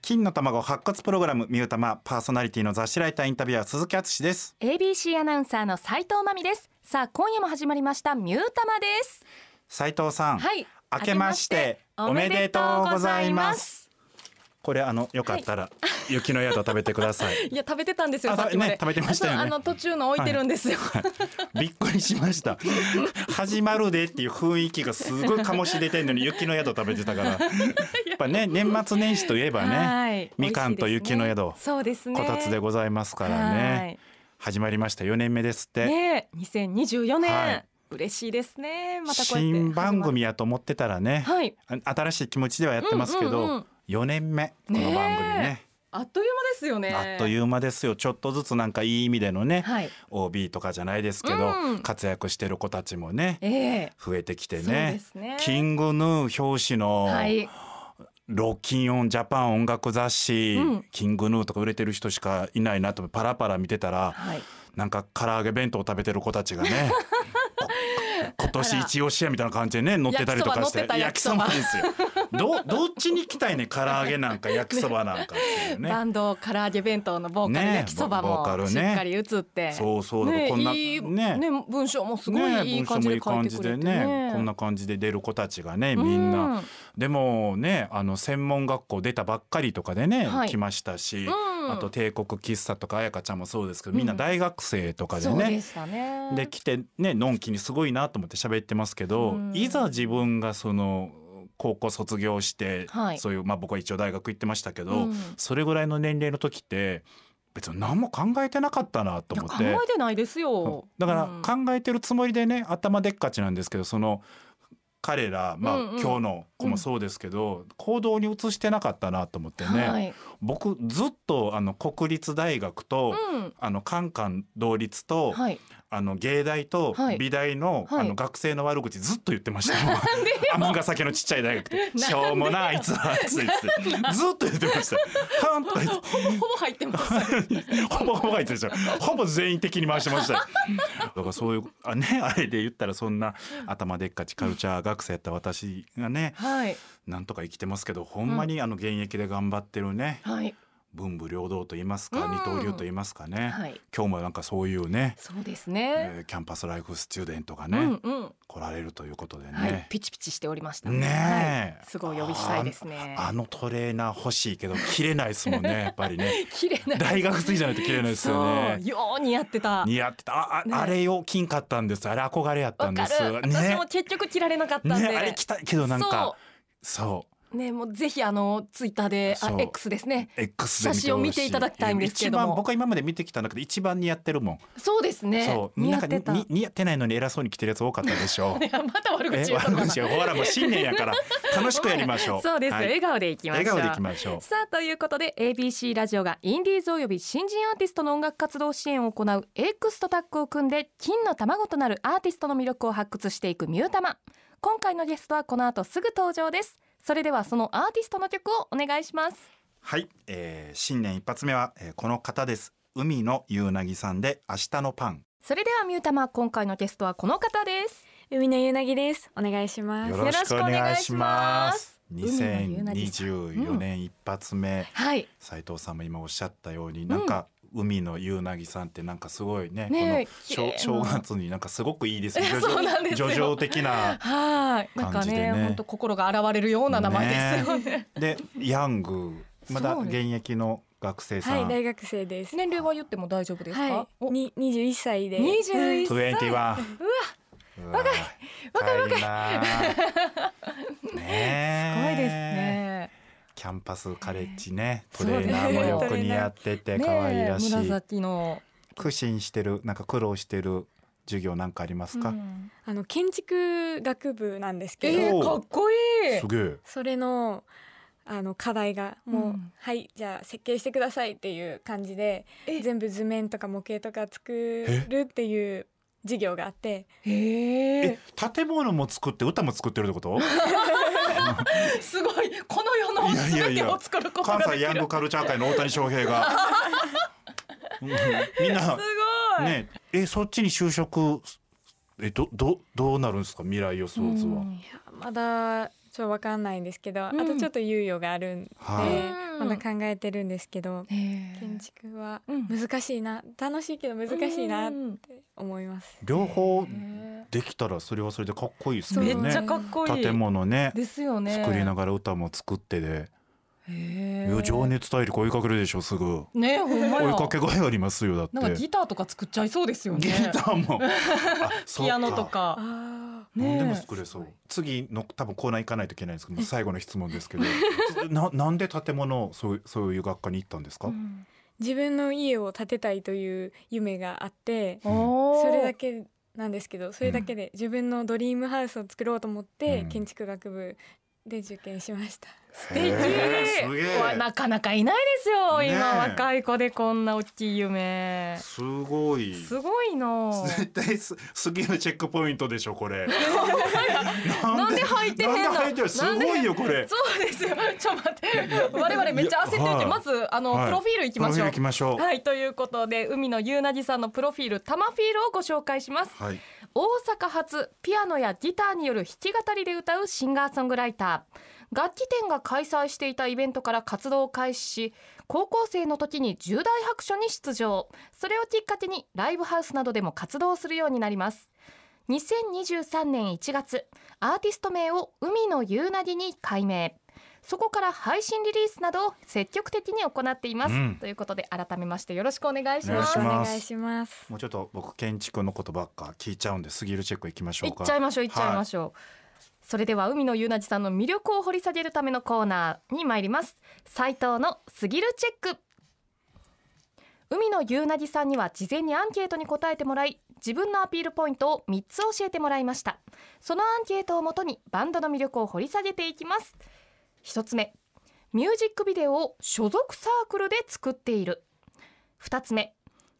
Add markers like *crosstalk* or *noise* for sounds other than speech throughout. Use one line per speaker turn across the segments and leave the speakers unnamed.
金の卵発掘プログラムミュータマパーソナリティの雑誌ライターインタビュアー鈴木敦です
ABC アナウンサーの斉藤真美ですさあ今夜も始まりましたミュータマです
斉藤さん、
はい
明けましておめでとうございますこれあのよかったら雪の宿食べてください、
*laughs* いや食べてたんですよ
あ
さっきまで、
ね食べてましたよね
そうあの途中の置いてるんですよ、
びっくりしました始まるでっていう雰囲気がすごい醸し出てんのに雪の宿食べてたからやっぱね年末年始といえば
*laughs* は
ね
い
みかんと雪の宿、
美味しいですねそうですね
こたつでございますから
はい
ね始まりました4年目ですって、
ね2024年、
はい
嬉しいですねまたこうやって
新番
始
組やと思ってたらね、
まるはい
あ新しい気持ちではやってますけど、
うんうんうん
4年目この番組ね
あっという間ですよね
あっという間ですよちょっとずつなんかいい意味でのね、
はい
OB とかじゃないですけど、
うん
活躍してる子たちもね
ええ
増えてきて
そうで
ね
すね
キングヌー表紙の、
はい
ロッキンオンジャパン音楽雑誌、
うん
キングヌーとか売れてる人しかいないなと思ってパラパラ見てたら
はい
なんか唐揚げ弁当食べてる子たち
*laughs*
がねこ今年一押しやみたいな感じでね乗ってたりとかして
焼きそば乗って
焼きそばですよどどっちに行きたいね唐揚げなんか焼きそばなんかってい
*laughs*
うね。
バンド唐揚げ弁当のボーカル、
ねえ
焼きそば
ボボーカル
も
ね
しっかり映って、
そうそうだから
ね
こんな、
いいね文章もすご
ね
いいい感じで書いて
文章もいい感じ
くれて
で
ね
ねこんな感じで出る子たちがねみんな、でもねあの専門学校出たばっかりとかでね、
はい
来ましたし、
うん
あと帝国喫茶とか彩香ちゃんもそうですけどみんな
うん
大学生とかで
そうで
ね、
したね
で来てねのんきにすごいなと思って喋ってますけど、
うん
いざ自分がその高校卒業して、
はい
そういう、まあ、僕は一応大学行ってましたけど、
うん
それぐらいの年齢の時って別に何も考えてなかったなと思って
いや考えてないですよ
だか
うん
ら考えてるつもりでね頭でっかちなんですけどその彼ら、まあ
うんうん
今日の子もそうですけど、行動に移してなかったなと思ってね、
はい
僕ずっとあの国立大学と、
うん
あのカンカン同立と、
はい、
あの芸大と
はい
美大の,、
はい
あの学生の悪口ずっと言ってました
*laughs*
よ。天ヶ崎のちっちゃい大学でしょうもないあいつはついつい
*laughs*
ずっと言ってました。カンとか言って
ほぼほぼ入ってますね
*laughs* ほぼほぼ入ってるでしょほぼ全員的に回してましたよだからそういうあねあれで言ったらそんな頭でっかちカルチャー学生やった私がね
はい
なんとか生きてますけどほんまにあの現役で頑張ってるね
はい
文武両道と言いますか
うん
二刀流と言いますかね
はい
今日もなんかそういうね
そうですね
えーキャンパスライフスチューデントが
う
ね
んうん
来られるということで
はい
ね。
ピチピチしておりました
ねえ
はい、すごいお呼びしたいですね
ああのトレーナー欲しいけど切れないですもんねやっぱりね
綺麗な
大学生じゃないと切れないですよね
そうようにやってた
似合ってたああ,、
ね
あれよ金買ったんですあれ憧れやった
わ
んで
か
す
る、私も結局着られなかったんで、
ねあれ着たいけどなんかそう
そうねもうぜひあのツイッターであ
そう
X ですね
X で
写真を見ていただきたいんですけども
一番僕は今まで見てきた中で一番似合ってるもん、
そうですね
そう
似
な
合
んか
ってた
に似合ってないのに偉そうに着てるやつ多かったでしょ
*laughs* いやまた悪
え
口言うと
*laughs* 悪
か
口はほらもう新年やから楽しくやりましょう
*laughs* そうです、
はい
笑顔でいきましょう
笑顔でいきましょう
さあということで ABC ラジオがインディーズおよび新人アーティストの音楽活動支援を行う X とタッグを組んで金の卵となるアーティストの魅力を発掘していくミュータマ今回のゲストはこの後すぐ登場ですそれではそのアーティストの曲をお願いします
はい、えー新年一発目は、えーこの方です海のゆうなぎさんで明日のパン
それではミュータマ今回のゲストはこの方です
海のゆなぎです。お願いします。
ろしくお願いします
2024年一発目、
はい
斉藤さんも今おっしゃったように、なんか海のゆうなぎさんってなんかすごいね
ねえ
この
綺
正
麗
正
な
月になんかすごくいいですね叙
*laughs* そうなんで
情
すよ
叙情的な
はい、なんか
感じで
ね、
ね
本当心が洗われるような名前ですよね。
でヤングまだ
そうです
現役の学生さ
はい、
ん、
大学生で
*laughs*
す。
年齢は言っても大丈夫ですか
は。い、に二十一歳で。
二十一
21
歳。
うわ若い若い若いなね
*laughs* す
え
ごいですね。
キャンパスカレッジね
そ
ト
う
レーナーもよく似合ってて可愛らし
ねえ
い
紫の。
苦心してるなんか苦労してる授業なんかありますか、
うん
あの建築学部なんですけど、
えー、かっこいい
す。げえ
それの。あの課題がもう、
うん
はいじゃあ設計してくださいっていう感じで
え
全部図面とか模型とか作るっていう授業があって
へ
え建物も作って歌も作ってるって *laughs* こと
え、すごい。この世の
いやいや
全
い
て
や
を作ること
関
ができる。
西ヤングカルチャー界の大谷翔平 *laughs* がうんみんな
すごい。
ねえそっちに就職えどどどうなるんですか未来予想図は、
うん
まだちちょっとわかんないんですけど、
ん
あとちょっと猶予があるんで、
はい
うん
まだ考えてるんですけど、
え
建築は
うん
難しいな、楽しいけど難しいなっ
うん
て思います。
両方
へ
できたらそれはそれでかっこいいです
ー
もん
め
ね
っちゃかっこいい
建物ね
ですよね
作りながら歌も作ってで、い
へ
や
ー
情熱大陸追いかけるでしょすぐ
ねほんま
追い
や
かけがいありますよだって
なんかギターとか作っちゃいそうですよね
ギター
*laughs*
もあそう
ピアノとか
あ
何でも
ね
作れそう、次の多分コーナー行かないといけないんですけどもう最後の質問ですけど *laughs* ななんで建物をそうそういう学科に行ったんですか、
うん
自分の家を建てたいという夢があって、
おー
それだけなんですけど、それだけで自分のドリームハウスを作ろうと思って、
うん
建築学部で受験しました。
素敵
へーすげえ
うわなかなかいないですよ、
ねえ
今若い子でこんな大きい夢
すごい
すごいな
絶対す次のチェックポイントでしょ
*laughs*
これ
な
*laughs* なんん
で
で
入ってへんの
なんで入ってるすごいよこれ
そうですよちょっと待って我々めっちゃ焦ってるけ
いやは
ど
い
まずあの、
はい
プロフィールいきまし
プロフィール
ょう
行きましょう
はいということで海野ゆうなじさんのプロフィールタマフィールをご紹介します
はい、
大阪発ピアノやギターによる弾き語りで歌うシンガーソングライター楽器店が開催していたイベントから活動を開始し高校生の時に重大白書に出場それをきっかけにライブハウスなどでも活動するようになります2023年1月アーティスト名を海の夕凪に改名そこから配信リリースなどを積極的に行っています、
うん
ということで改めましてよろしくお願いし
お願
ま
い
す
し
お
ます
願いします。
もうちょっと僕建築のことばっか聞いちゃうんで過ぎるチェック行きましょう
行
か
っちゃいましょう行っちゃいましょう、それでは海野ゆうなじさんの魅力を掘り下げるためのコーナーに参ります斉藤のすぎるチェック海野ゆうなぎさんには事前にアンケートに答えてもらい自分のアピールポイントを3つ教えてもらいましたそのアンケートをもとにバンドの魅力を掘り下げていきます1つ目ミュージックビデオを所属サークルで作っている2つ目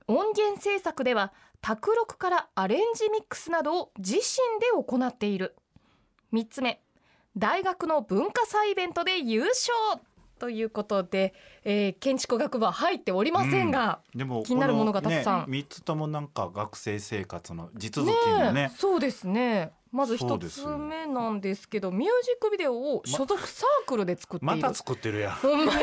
音源制作では卓録からアレンジミックスなどを自身で行っている3つ目大学の文化祭イベントで優勝ということで、えー建築学部は入っておりませんが、
でも
気になるものがたくさん
このね、3つともなんか学生生活の地続きのね
えそうですねまず
そ
一
うです
つ
よ
目なんですけどミュージックビデオを所属サークルで作っている、
また作ってるやん
ほんまや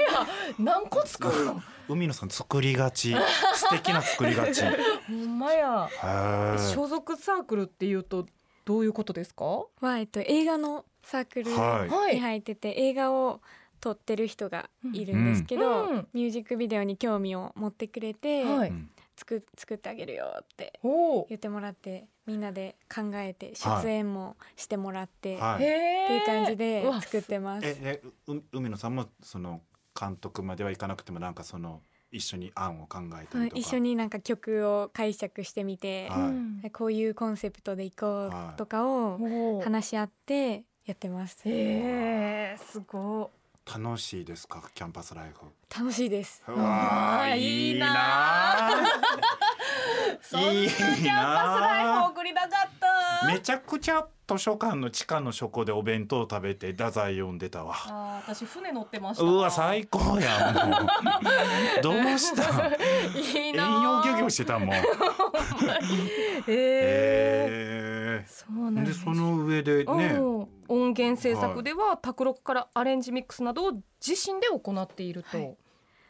何個作るの
海野さん作りが
*laughs*
ち素敵な作りがちへ
ほんまや
ー
所属サークルっていうとどういうことですかは
はえっと映画のサークル
はい
に入ってて、映画を撮ってる人がいるんですけ
う
ど、
んうん
ミュージックビデオに興味を持ってくれて、
は
う
い
ん
作作ってあげるよって
おお
言ってもらってみんなで考えて
はい
出演もしてもらって、
はい
へ
っ
え
ていう感じで
うわ
作ってます。
ええう海野さんもその監督まではいかなくてもなんかその一緒に案を考えた
うん
りとか
一緒になんか曲を解釈してみて、
はい
うん
こういうコンセプトでいこ
はいう
とかを
おー
話し合ってやってます。
へえすご
楽しいですかキャンパスライフ
楽しいです。
う
わーいいなーそんなキャンパスライフ送りたかった
めちゃくちゃ図書館の地下の書庫でお弁当食べて太宰読んでたわ
あー私船乗ってました
うわ最高やんも *laughs* うどうした
いい
遠
な
洋漁業
し
してたもん
えー
え
そう
ー
なん
でその上でね
うん音源制作では卓録からアレンジミックスなどを自身で行っていると、
はい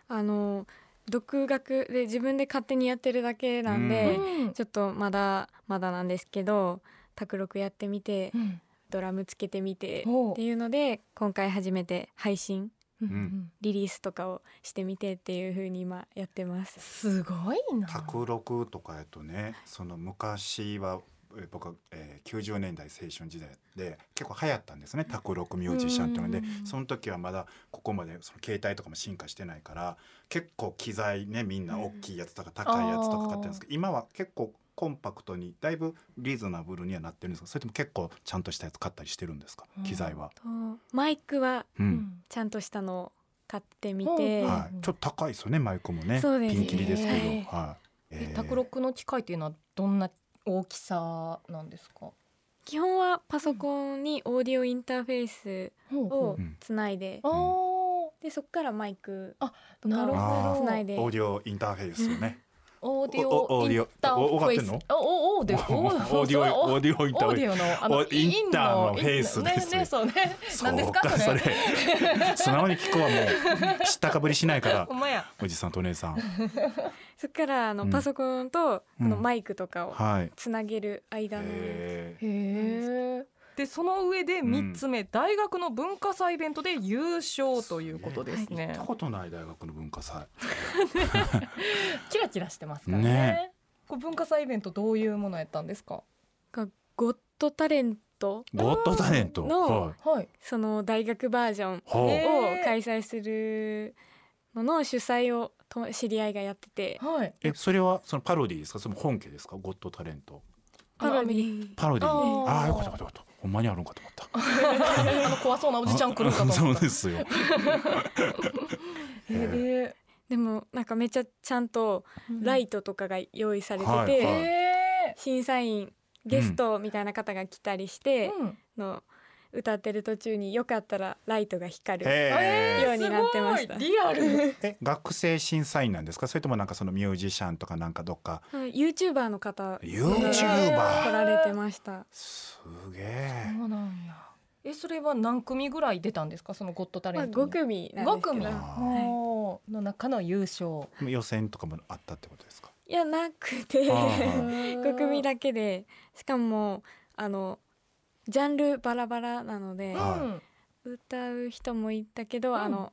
あの独学で自分で勝手にやってるだけなんで、
うん
ちょっとまだまだなんですけど卓録やってみて
うん
ドラムつけてみてっ
おう
ていうので今回初めて配信
うん
ん
リリースとかをしてみてっていう風に今やってます。
すごいな
卓録とかやとねその昔はえー僕は、えー、90年代青春時代で結構流行ったんですね卓録ミュージシャンっていうので
うんうんうん
その時はまだここまでその携帯とかも進化してないから結構機材ねみんな大きいやつとか高いやつとか買ってるんですけど今は結構コンパクトにだいぶリーズナブルにはなってるんですかそれとも結構ちゃんとしたやつ買ったりしてるんですか
うん
機材は。
とマイクは
うん
うん
ちゃんとしたのを買ってみ
う
て、
ん
はい、ちょっと高いですよねマイクもね
そうです
ピンキリですけど、
えー
はい。え
え
ー
卓録の機械っていうのはどんな大きさなんですか
基本はパソコンにオーディオインターフェースを
うん
つないで、
あー
でそこからマイク
なる
あ
ほ
ー
ど
つないで
オーディオインターフェースをね、
オーデ
お
ィオ
お
インター
おお
フェイス
おお
おおオーディオ
オーディオオーディオインター
オ
フェ
ー
イ
ディオのあの
おインターのフェイスです
ねねそうね
ス
何ですかそ
そ
れ
れ素直に聞こうはもう知ったかぶりしないから
*laughs* ほんまや
おじさんとお姉さん
そっからあ
う
の
ん
パソコンとこ
うん
のマイクとかを
はい
つなげる間の
へ
へえでその上で三つ目、大学の文化祭イベントで優勝ということです
ー行っ
ね
たことない大学の文化祭
キラキラしてますからね
ね
こう文化祭イベントどういうものやったんですか
がゴッドタレント
ゴッドタレント
の
はい
はい
その大学バージョン
ほう
ねへー
を開催するのの主催をと知り合いがやってて
はい
えそれはそのパロディですかその本家ですかゴッドタレント
あの
パロディ
パロディ
あー
ああーよかったよかったよかったほんまにあるんかと思った
あの怖そうなおじちゃん来るかと
*laughs* そ
思っ
う
た
で。すよ
へえ
でもなんかめっちゃちゃんとライトとかが用意されてて、
はいはい
え
審査員ゲストみたいな方が来たりして、
うん
の歌ってる途中によかったらライトが光る
へー
ようになってました
すごいリアル。
え学生審査員なんですかそれともなんかそのミュージシャンとかなんかどっか
はい YouTuber の方
ユ
ー
ー
チ
チ
ュ
ュ
ー
ー
バ
バ
ー
ー
来られてました
すげえ
そうなんや。えそれは何組ぐらい出たんですかそのゴッドタレ
まあ
ント
5
に。
組なんです
五
けど
組。
あー
おーの中の優勝。
予選とかもあったってことですか
いやなくて
あー
*laughs*
はい
5
5
組だけでしかもあのジャンルバラバラなので
あ
うん。
歌う人もいたけど、
うん
あの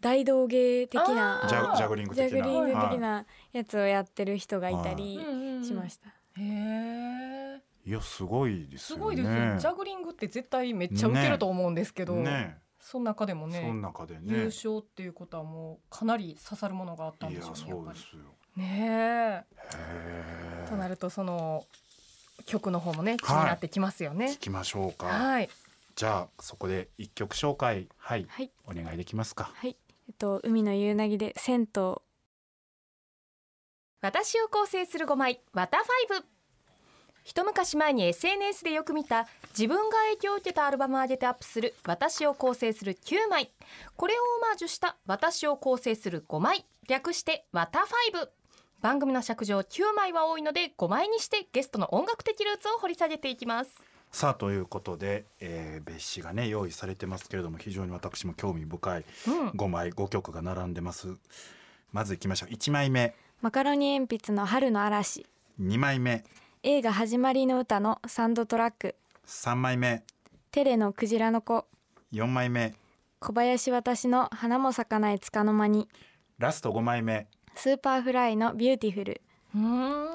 大道芸的な
あー
ジ
ジ
ャ
ャ
ジャグリング
ジャ
的
グ
な
リング
は
的
い
なやつをやってる人がいたり
うんうん
しました。
へえ。
いやすごいです
す
よね
ごいですね。ジャグリングって絶対めっちゃ受けると思うんですけど、
ね
その中でも
そ
ね
の中で
優
ね
勝っていうことはもうかなり刺さるものがあったん
い
で
や
しょう
そう
ね。やっぱ
で
り
すよ
ねえ。
へ
とな
え
るとその曲の方もね気
はい
になってきますよね
聞。きましょうか
はい。
じゃあそこで一曲紹介はい
はい、
お願いできますか
えっと、海の夕凪で銭湯
私を構成する5枚ワタファイブ一昔前に SNS でよく見た自分が影響を受けたアルバムを上げてアップする私を構成する9枚これをオマージュした私を構成する5枚略してワタファイブ番組の尺上9枚は多いので5枚にしてゲストの音楽的ルーツを掘り下げていきます
さあということで、えー、別紙がね用意されてますけれども非常に私も興味深い
うん
5枚5曲が並んでますまずいきましょう1枚目
マカロニ鉛筆の春の嵐
2枚目
映画始まりの歌のサンドトラック
3枚目
テレのクジラの子
4枚目
小林私の花も咲かない束の間に
ラスト5枚目
スーパーフライのビューティフル
うー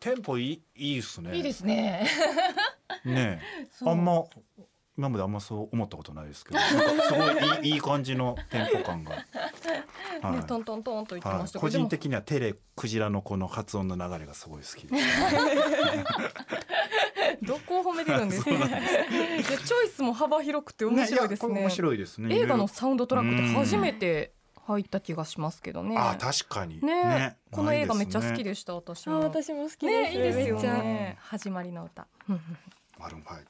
テンポいいいいです
ん
ね
いいです
*laughs*
ね
ねえあんま今まであんまそう思ったことないですけどなんかすごいいいいい感じのテンポ感
*laughs*
が、
ねト
は
ントントンと言
い
ってま
は
し
い、
たけ
個
ど、で
人
も
的にはテレクジラのこの発音の流れがすごい好きです
どこを褒めてるんですか。いやチョイスも幅広くて面白いですね。
やこれ面白いですね
映画
いろい
の
ろ
サウンドトラックって初めて入った気がしますけどね。
あ確かに
ねこの映画めっちゃ好き
す
でした、私も。
も好き
ねいいですよ
めっちゃ
ね。始まりの歌。
マルーンファイ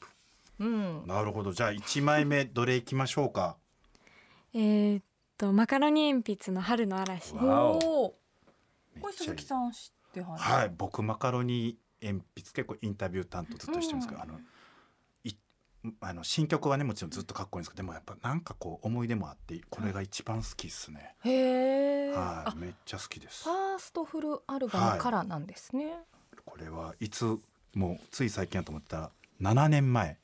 ブ
うん。
なるほどじゃあ一枚目どれいきましょうか
えーっとマカロニ鉛筆の春の嵐
うわわ
おお。これ鈴木
ん
さん知ってはる。
はい僕マカロニ鉛筆結構インタビュー担当ずっとしてるんですけど、
うん
あのいあの新曲はねもちろんずっとかっこいいんですけどでもやっぱなんかこう思い出もあってこれが一番好きっすね、
へえ。
は
あ
い、めっちゃ好きです
ファーストフルアルバムからなんですね。
これはいつもうつい最近やと思ったら7年前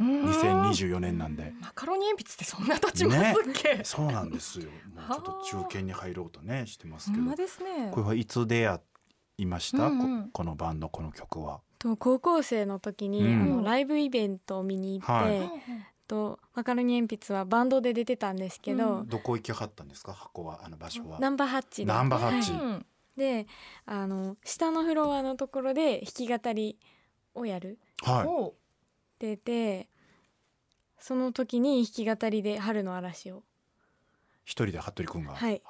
うん
2024年なんで
マカロニ鉛筆ってそんな経ちますっけ。
そうなんです
*laughs*
よもうちょっと中堅に入ろうとねしてます
ほ
け
んま
ど
ですね。
これはいつ出会いました、
うんうん
ここのバンドこの曲は
と高校生の時に、
うん
あのライブイベントを見に行って、
はい
うんうん
とマカロニ鉛筆はバンドで出てたんですけど、
うん
どこ行きはったんですか箱はあの場所は
ナンバーハッチで
ナンバーハッチ
うん
であの下のフロアのところで弾き語りをやる
は
おう
っててその時に弾き語りで「春の嵐を」
い一人で服部君が、
はい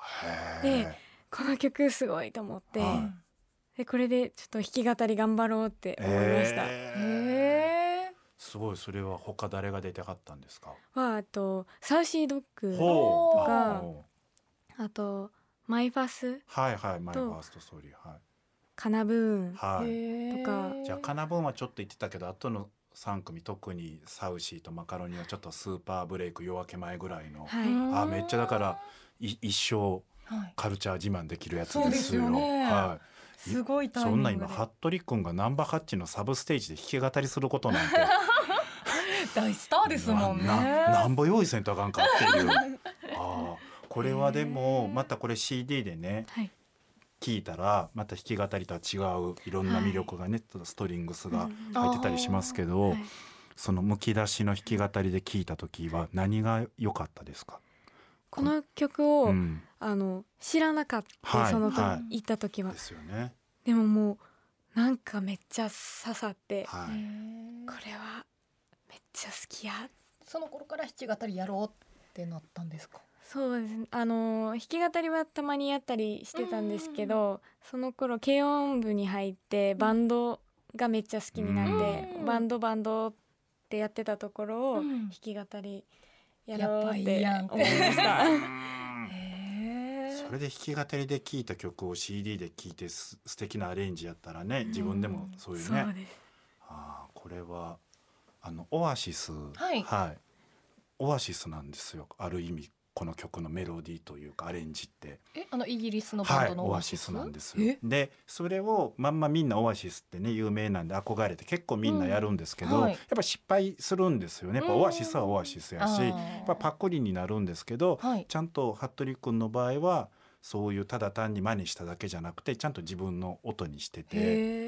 へ
でこの曲すごいと思って、
はい
でこれでちょっと弾き語り頑張ろうって思いました。
えー
へえ。
すごいそれは他誰が出てかったんですか
はあとサウシードッグ
ほう
が
ほ
あとマイファス
はいはいマイファーストストーリーは
カナブーン
いはい
と
とか
じゃあカナブーンはちょっと言ってたけど後の3組特にサウシーとマカロニはちょっとスーパーブレイク夜明け前ぐらいの
はい
あめっちゃだからい一生
はい
カルチャー自慢できるやつ
そう
で
ですす
よ。
よね
は
すごい
い、
タイ
そ
ミン
ん
グ
な
で
今服部君がナンバーハッチのサブステージで弾き語りすることなんて
大スターですもんね
なななんぼ用意せんとあかんかっていうああこれはでもまたこれ CD でね
はい
聞いたらまた弾き語りとは違ういろんな魅力がね、ちょっとストリングス
う
が
んうん
入ってたりしますけど、
はい
そのむき出しの弾き語りで聞いた時は何が良かったですか、
この曲を、
うん、
あの知らなかった、
はい
その時、
はい
行った時は
ですよね。
でももうなんかめっちゃ刺さってこ
はい
れはめっちゃ好きや
その頃から弾き語りやろうってなったんですか。
そうですねあのー弾き語りはたまにやったりしてたんですけどその頃軽音部に入ってバンドがめっちゃ好きになって
うん
バンドバンドってやってたところ
う
を
ん
弾き語りやろうっ
やっぱいい
て
やんって
思いま
*laughs*
した。
それで弾き語りで聴いた曲を CD で聴いてす素敵なアレンジやったらね自分でもそういう
そ
ね、
うです
ああこれはあのオアシス
はい
オアシスなんですよある意味この曲のメロディーというかアレンジって
えあのイギリスのバ
は
ン
い
ドの
オアシスなんですよ
え
でそれをまんまみんなオアシスってね有名なんで憧れて結構みんなやるんですけど、
うんはい
やっぱ失敗するんですよねやっぱ
うん
オアシスはオアシスやし
あー
やっぱパクリになるんですけど
はい
ちゃんと服部君の場合はそういうただ単に真似しただけじゃなくてちゃんと自分の音にしてて、
へ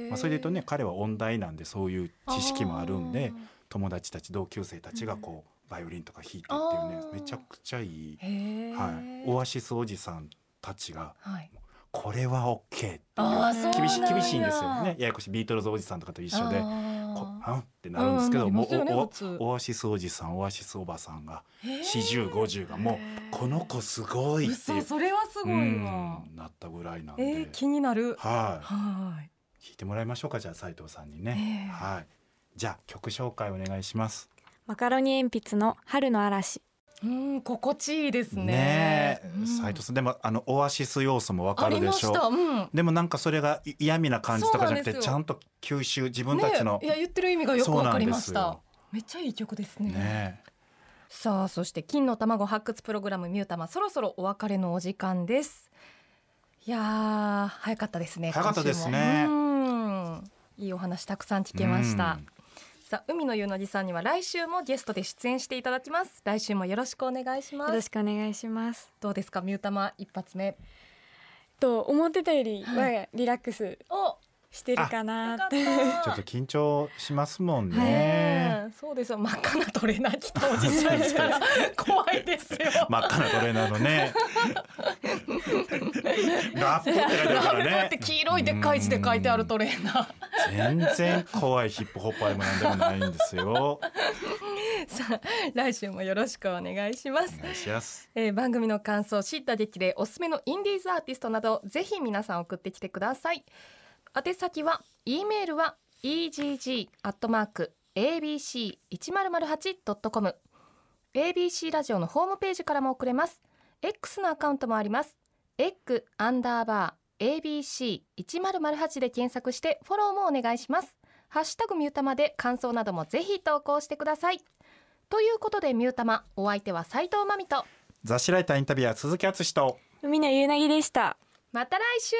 ー
まあ、それで言うとね彼は音大なんでそういう知識もあるんで友達たち同級生たちがこうバイオリンとか弾いてっていうね
あー
めちゃくちゃいい、
あーへー
はい、オアシスおじさんたちが
はい
「これは OK」って
あー
いう厳し
そ
い
うなんや
厳しいんですよねややこしいビートルズおじさんとかと一緒で「こ
あ
あん?」ってなるんですけど、
うん
もう
なりますよね
おおオ
普通
アシスおじさんオアシスおばさんが
ーへー
4050がもう「この子すごい」ってい
嘘
う
それはすごいわ
うんなったぐらいなんで、
えー気になる
はい
はい
聞いてもらいましょうかじゃあ斉藤さんに
え
ね、
え
はいじゃあ曲紹介お願いします
マカロニ鉛筆の春の嵐
うん心地いいですね。
え
うん
斉藤さんでもあのオアシス要素もわかるでしょ
ありま
う
たうん
でもなんかそれがい嫌味な感じとかじゃなく
そうなん
て
です
ち
よ
ゃんと吸収自分たちの、
ね、いや言ってる意味がよく
そう
わ
な
か
ん
り
で
まし
す
た
よ。
めっちゃいい曲ですね。
ねえ
さあそして金の卵発掘プログラムミュータマそろそろお別れのお時間です。いやー早かったですね。
早かったですね
今週もうんいいお話たくさん聞けました。さあ海のゆうのじさんには来週もゲストで出演していただきます。来週もよろしくお願いしま
よろ
す。
しくお願いします。
どうですかミュータマ一発目。
と思ってたより
は
はリラックス
お
してるか
よか
な
っ
ったて。。
ちょっと緊張しますもんね、
ねえそうですよ真っ赤なトレーナー着たおじさんいたら *laughs* 怖いですよ。
真っ赤なトレーナーのね
*laughs*
ラップって書いてあるか
ラ *laughs*
ら
ベル
ね
って黄色いでっかい字で書いてあるトレーナー。
全然怖いヒップホッパーでもなんでもないんですよ。
*laughs* さあ来週もよろしくお願いします
お。願いし
*laughs*
ます。
えー番組の感想知った劇でおすすめのインディーズアーティストなどぜひ皆さん送ってきてください宛先は e メールは egg アットマーク abc 一0 0 8ドットコム abc ラジオのホームページからも送れます X のアカウントもありますエッグアンダーバー abc 一0 0 8で検索してフォローもお願いしますハッシュタグミュータマで感想などもぜひ投稿してくださいということでミュータマお相手は斉藤真美と
*laughs*
雑誌ライターインタビュアー鈴木敦史と
海の夕凪でした。
また来週